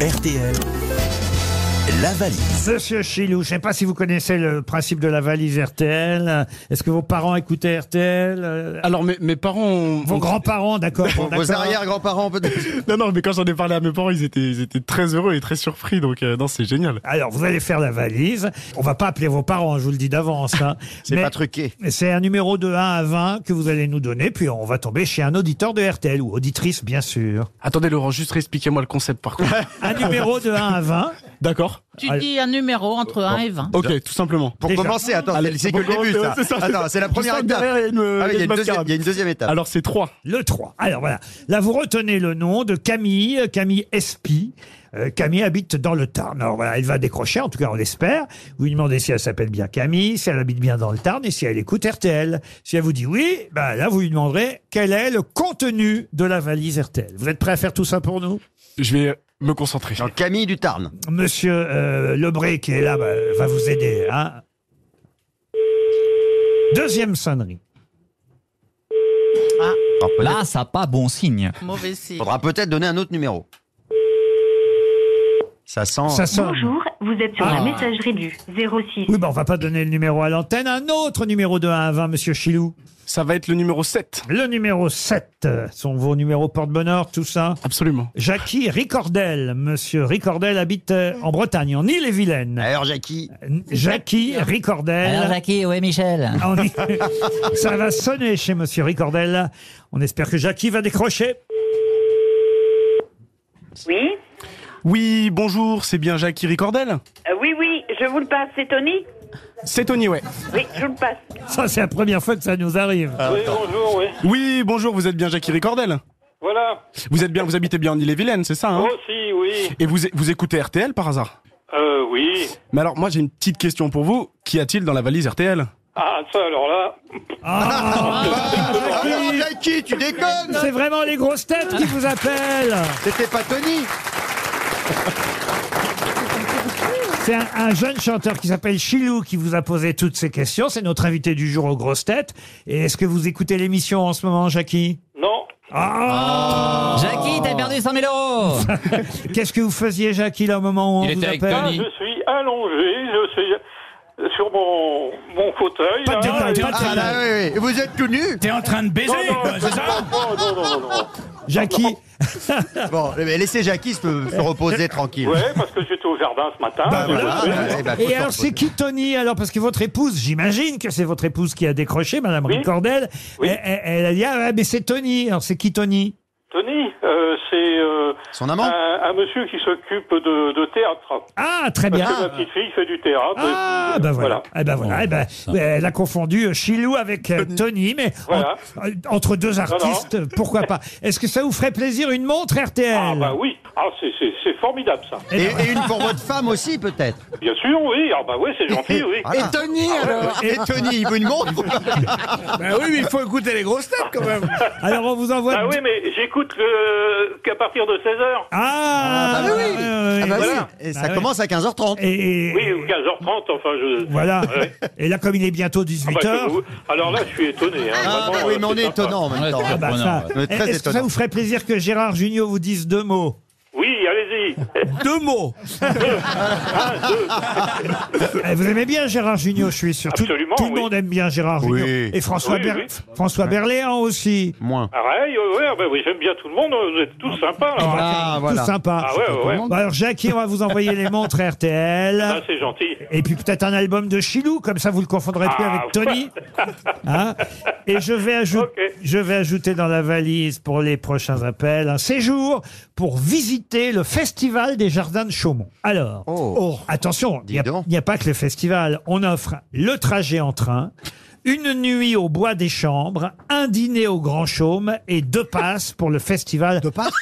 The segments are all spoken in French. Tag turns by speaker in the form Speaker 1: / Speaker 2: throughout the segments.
Speaker 1: RTL. La valise.
Speaker 2: Monsieur Chilou, je ne sais pas si vous connaissez le principe de la valise RTL. Est-ce que vos parents écoutaient RTL Euh,
Speaker 3: Alors mes, mes parents, ont-
Speaker 2: Vos
Speaker 3: ont-
Speaker 2: grands-parents, d'accord bon,
Speaker 4: Vos
Speaker 2: d'accord.
Speaker 4: arrière-grands-parents peut-être
Speaker 3: Non non, mais quand j'en ai parlé à mes parents, ils étaient, ils étaient très heureux et très surpris. Donc euh, non, c'est génial.
Speaker 2: Alors, vous allez faire la valise. On va pas appeler vos parents, je vous le dis d'avance. hein.
Speaker 4: C'est
Speaker 2: Mais
Speaker 4: pas truqué.
Speaker 2: C'est un numéro de 1 à 20 que vous allez nous donner, puis on va tomber chez un auditeur de RTL ou auditrice, bien sûr.
Speaker 3: Attendez Laurent, juste réexpliquez-moi le concept par contre.
Speaker 2: Un numéro de 1 à 20.
Speaker 3: D'accord.
Speaker 5: Tu
Speaker 2: Allez.
Speaker 5: dis un numéro entre 1 et 20.
Speaker 3: Ok, tout simplement.
Speaker 4: Pour
Speaker 2: Déjà.
Speaker 4: commencer, attends, c'est- c'est que le début ça. Attends, c'est la première étape. Ah oui, il y a une deuxième- il y a une deuxième étape.
Speaker 3: Alors c'est 3.
Speaker 2: Le 3. Alors voilà. Là, vous retenez le nom de Camille, euh, Camille Espy. Euh, Camille habite dans le Tarn. Alors voilà, elle va décrocher, en tout cas on l'espère. Vous lui demandez si elle s'appelle bien Camille, si elle habite bien dans le Tarn et si elle écoute RTL. Si elle vous dit oui, bah là vous lui demanderez quel est le contenu de la valise RTL. Vous êtes prêt à faire tout ça pour nous
Speaker 3: Je vais me concentrer.
Speaker 4: Jean Camille du Tarn.
Speaker 2: Monsieur euh, Lebré qui est là bah, va vous aider. hein. Deuxième sonnerie.
Speaker 4: Alors, peut-être-
Speaker 6: Là, Ah, ça n'a pas bon signe.
Speaker 5: Mauvais signe.
Speaker 4: Faudra peut-être donner un autre numéro. Ça sent.
Speaker 2: Ça sonne.
Speaker 7: Bonjour, vous êtes sur
Speaker 2: Ah.
Speaker 7: la messagerie du 06.
Speaker 2: Oui, bah on va pas donner le numéro à l'antenne. Un autre numéro de 1 à 20, monsieur Chilou.
Speaker 3: Ça va être le numéro 7.
Speaker 2: Le numéro 7 euh, sont vos numéros porte-bonheur, tout ça.
Speaker 3: Absolument.
Speaker 2: Jackie Ricordel. Monsieur Ricordel habite euh, en Bretagne, en Île-et-Vilaine.
Speaker 4: Alors Jackie,
Speaker 2: N- Jackie
Speaker 6: Ah, Alors,
Speaker 2: Ricordel.
Speaker 6: Jackie, où est Michel
Speaker 2: en I- Ça va sonner chez Monsieur Ricordel. On espère que Jackie va décrocher.
Speaker 8: Oui,
Speaker 3: Oui, bonjour, c'est bien Jackie Ricordel
Speaker 8: Euh, oui, oui, je vous le passe, c'est Tony
Speaker 3: C'est Tony, ouais.
Speaker 8: Oui, je vous le passe.
Speaker 2: Ça, c'est la première fois que ça nous arrive.
Speaker 6: Ah.
Speaker 9: Oui, bonjour, oui.
Speaker 3: Oui, bonjour, vous êtes bien Jackie Ricordel
Speaker 9: Voilà.
Speaker 3: Vous êtes bien, vous habitez bien en Ille-et-Vilaine, c'est ça hein
Speaker 9: Moi aussi, oui.
Speaker 3: Et vous, vous écoutez RTL par hasard
Speaker 9: Euh, oui.
Speaker 3: Mais alors, moi, j'ai une petite question pour vous. Qu'y a-t-il dans la valise RTL
Speaker 9: Ah, ça, alors là.
Speaker 4: Alors Ah, Jackie, tu déconnes
Speaker 2: C'est vraiment les grosses têtes qui vous appellent.
Speaker 4: C'était pas Tony
Speaker 2: C'est un, un jeune chanteur qui s'appelle Chilou qui vous a posé toutes ces questions. C'est notre invité du jour aux grosses têtes. Et est-ce que vous écoutez l'émission en ce moment, Jackie
Speaker 9: Non.
Speaker 2: Ah
Speaker 6: Jackie, t'as perdu 100 000 euros
Speaker 2: Qu'est-ce que vous faisiez, Jackie, là, au moment où on
Speaker 10: Il
Speaker 2: vous
Speaker 10: était avec
Speaker 2: appelle
Speaker 10: Tony.
Speaker 9: Ah, Je suis allongé, je suis sur mon, mon fauteuil.
Speaker 2: Pas de détails,
Speaker 9: là, et-
Speaker 2: pas de
Speaker 4: Ah là, oui, oui. Et Vous êtes tout nu
Speaker 10: T'es en train de baiser,
Speaker 9: Non,
Speaker 10: quoi, c'est
Speaker 2: Ah,
Speaker 10: ça
Speaker 9: non, Oh, non, non, non, non.
Speaker 2: Jackie,
Speaker 4: Bon, mais laissez Jackie se, se reposer tranquille.
Speaker 9: Ouais, parce que j'étais au jardin ce matin.
Speaker 4: Bah,
Speaker 9: je
Speaker 4: voilà.
Speaker 9: sais.
Speaker 4: Eh ben, faut
Speaker 2: et
Speaker 4: se
Speaker 2: alors c'est
Speaker 4: reposer.
Speaker 2: qui Tony Alors parce que votre épouse, j'imagine que c'est votre épouse qui a décroché, Madame
Speaker 9: Oui.
Speaker 2: Ricordel.
Speaker 9: Oui.
Speaker 2: Elle, elle- elle a dit ah ouais, mais c'est Tony. Alors c'est qui Tony
Speaker 9: Tony, euh, c'est euh,
Speaker 4: Son
Speaker 9: un,
Speaker 4: amant
Speaker 9: un monsieur qui s'occupe de, de théâtre.
Speaker 2: Ah très
Speaker 9: Parce
Speaker 2: bien.
Speaker 9: que ma petite fille fait du théâtre.
Speaker 2: Ah,
Speaker 9: et puis,
Speaker 2: ben
Speaker 9: euh,
Speaker 2: voilà. Eh ben
Speaker 10: Oh,
Speaker 2: voilà. Eh ben, elle a confondu Chilou avec euh, Tony, mais
Speaker 9: Voilà.
Speaker 2: en- euh, entre deux artistes, euh, pourquoi pas Est-ce que ça vous ferait plaisir une montre RTL
Speaker 9: Ah, bah oui. Ah, c'est- c'est c'est formidable, ça.
Speaker 4: Et, et une pour votre femme aussi, peut-être.
Speaker 9: Bien sûr, oui. Ah, bah oui, c'est gentil, oui.
Speaker 4: Et Tony, alors Et Tony, il veut une montre ou pas
Speaker 10: Bah oui, mais il faut écouter les grosses têtes quand même.
Speaker 2: Alors on vous envoie.
Speaker 9: Ah oui, mais j'écoute que- qu'à partir de 16h.
Speaker 2: Ah,
Speaker 4: Ah bah oui.
Speaker 2: ouais, ouais,
Speaker 4: Ah bah
Speaker 2: ouais.
Speaker 4: oui,
Speaker 9: Voilà.
Speaker 4: et
Speaker 2: Ah
Speaker 4: ça
Speaker 2: ouais.
Speaker 4: commence à 15h30.
Speaker 2: Et, et-
Speaker 9: Oui, ou 15h30, enfin, je...
Speaker 2: Voilà.
Speaker 9: Ouais.
Speaker 2: Et là, comme il est bientôt
Speaker 9: Ah
Speaker 2: 18h.
Speaker 9: bah, je- Alors là, je suis étonné. hein.
Speaker 4: Ah,
Speaker 9: Vraiment,
Speaker 4: oui,
Speaker 9: euh,
Speaker 4: mais on
Speaker 9: c'est
Speaker 4: est
Speaker 9: sympa.
Speaker 4: étonnant en même temps.
Speaker 10: Ouais,
Speaker 2: Ah bah
Speaker 10: Bon,
Speaker 2: ça.
Speaker 4: Oh non, ouais. Très
Speaker 2: Est-ce que ça
Speaker 4: étonnant.
Speaker 2: vous ferait plaisir que Gérard Junior vous dise deux mots
Speaker 9: Oui, allez-y.
Speaker 10: Deux mots.
Speaker 2: Eh, Vous aimez bien Gérard Junior, je suis sûr. Tout-
Speaker 9: Absolument,
Speaker 2: Tout, le
Speaker 9: oui.
Speaker 2: monde aime bien Gérard
Speaker 4: Oui.
Speaker 2: Junior. Et François,
Speaker 9: Oui,
Speaker 2: Ber-
Speaker 9: oui.
Speaker 2: François Berléand aussi.
Speaker 4: Moins.
Speaker 9: Pareil, ouais, ouais, bah oui, j'aime bien tout le monde. Vous êtes tous sympas. hein. alors.
Speaker 4: Ah,
Speaker 2: Tout
Speaker 4: voilà.
Speaker 2: sympa.
Speaker 9: Ah ouais, ouais, ouais.
Speaker 2: Bon, alors Jackie, on va vous envoyer les montres
Speaker 9: Ah,
Speaker 2: RTL.
Speaker 9: c'est gentil.
Speaker 2: Et puis peut-être un album de Chilou, comme ça vous le confondrez plus
Speaker 9: Ah,
Speaker 2: avec Tony. Hein Et je vais, ajou-
Speaker 9: Ok.
Speaker 2: je vais ajouter dans la valise pour les prochains appels un séjour pour visiter le Festival des Jardins de Chaumont. Alors,
Speaker 4: Oh.
Speaker 2: attention, il n'y a,
Speaker 4: Dis donc.
Speaker 2: il n'y a pas que le festival. On offre le trajet en train, une nuit au Bois des Chambres, un dîner au Grand Chaume et deux passes pour le festival.
Speaker 4: Deux passes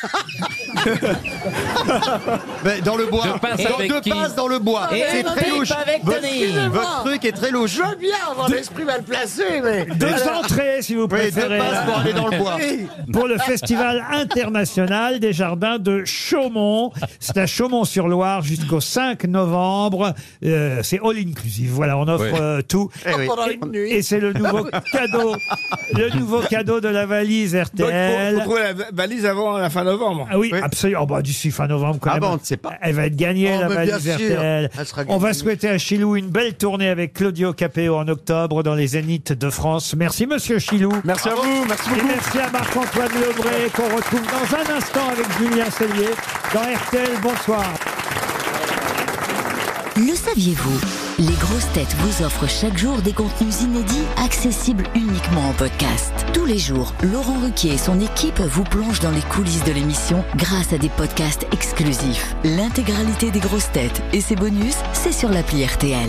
Speaker 4: Mais Dans le bois.
Speaker 10: Deux passes
Speaker 4: dans,
Speaker 10: avec
Speaker 4: deux
Speaker 10: qui
Speaker 4: passes dans le bois. C'est très louche.
Speaker 6: avec Tony
Speaker 4: Votre truc est très louche.
Speaker 10: veux bien avoir l'esprit mal placé, mais.
Speaker 2: Deux entrées, si vous
Speaker 4: Oui, deux
Speaker 2: préférez.
Speaker 4: passes pour aller dans le bois.
Speaker 2: pour le Festival international des jardins de Chaumont. C'est à Chaumont-sur-Loire jusqu'au 5 novembre. Euh, c'est all inclusive. Voilà, on offre euh, tout.
Speaker 4: Eh oui.
Speaker 2: Et, et c'est le nouveau cadeau, le nouveau cadeau de la valise
Speaker 10: Donc,
Speaker 2: RTL.
Speaker 10: faut, faut trouver la va- valise avant la fin novembre.
Speaker 2: Ah oui, absolument. Oh, bah, D'ici fin novembre, quand
Speaker 4: Ah
Speaker 2: même.
Speaker 4: bah, on ne sait pas.
Speaker 2: Elle va être gagnée,
Speaker 4: Oh,
Speaker 2: la
Speaker 4: mais bien
Speaker 2: valise
Speaker 4: sûr.
Speaker 2: RTL.
Speaker 4: Elle sera
Speaker 2: On va
Speaker 4: gagnée.
Speaker 2: souhaiter à Chilou une belle tournée avec Claudio Capéo en octobre dans les Zéniths de France. Merci, monsieur Chilou.
Speaker 3: Merci à vous, merci
Speaker 2: Et
Speaker 3: beaucoup.
Speaker 2: merci à Marc-Antoine Lebré qu'on retrouve dans un instant avec Julien Cellier dans RTL. Bonsoir.
Speaker 5: Le saviez-vous Les grosses têtes vous offrent chaque jour des contenus inédits accessibles uniquement en podcast. Tous les jours, Laurent Ruquier et son équipe vous plongent dans les coulisses de l'émission grâce à des podcasts exclusifs. L'intégralité des grosses têtes et ses bonus, c'est sur l'appli RTL.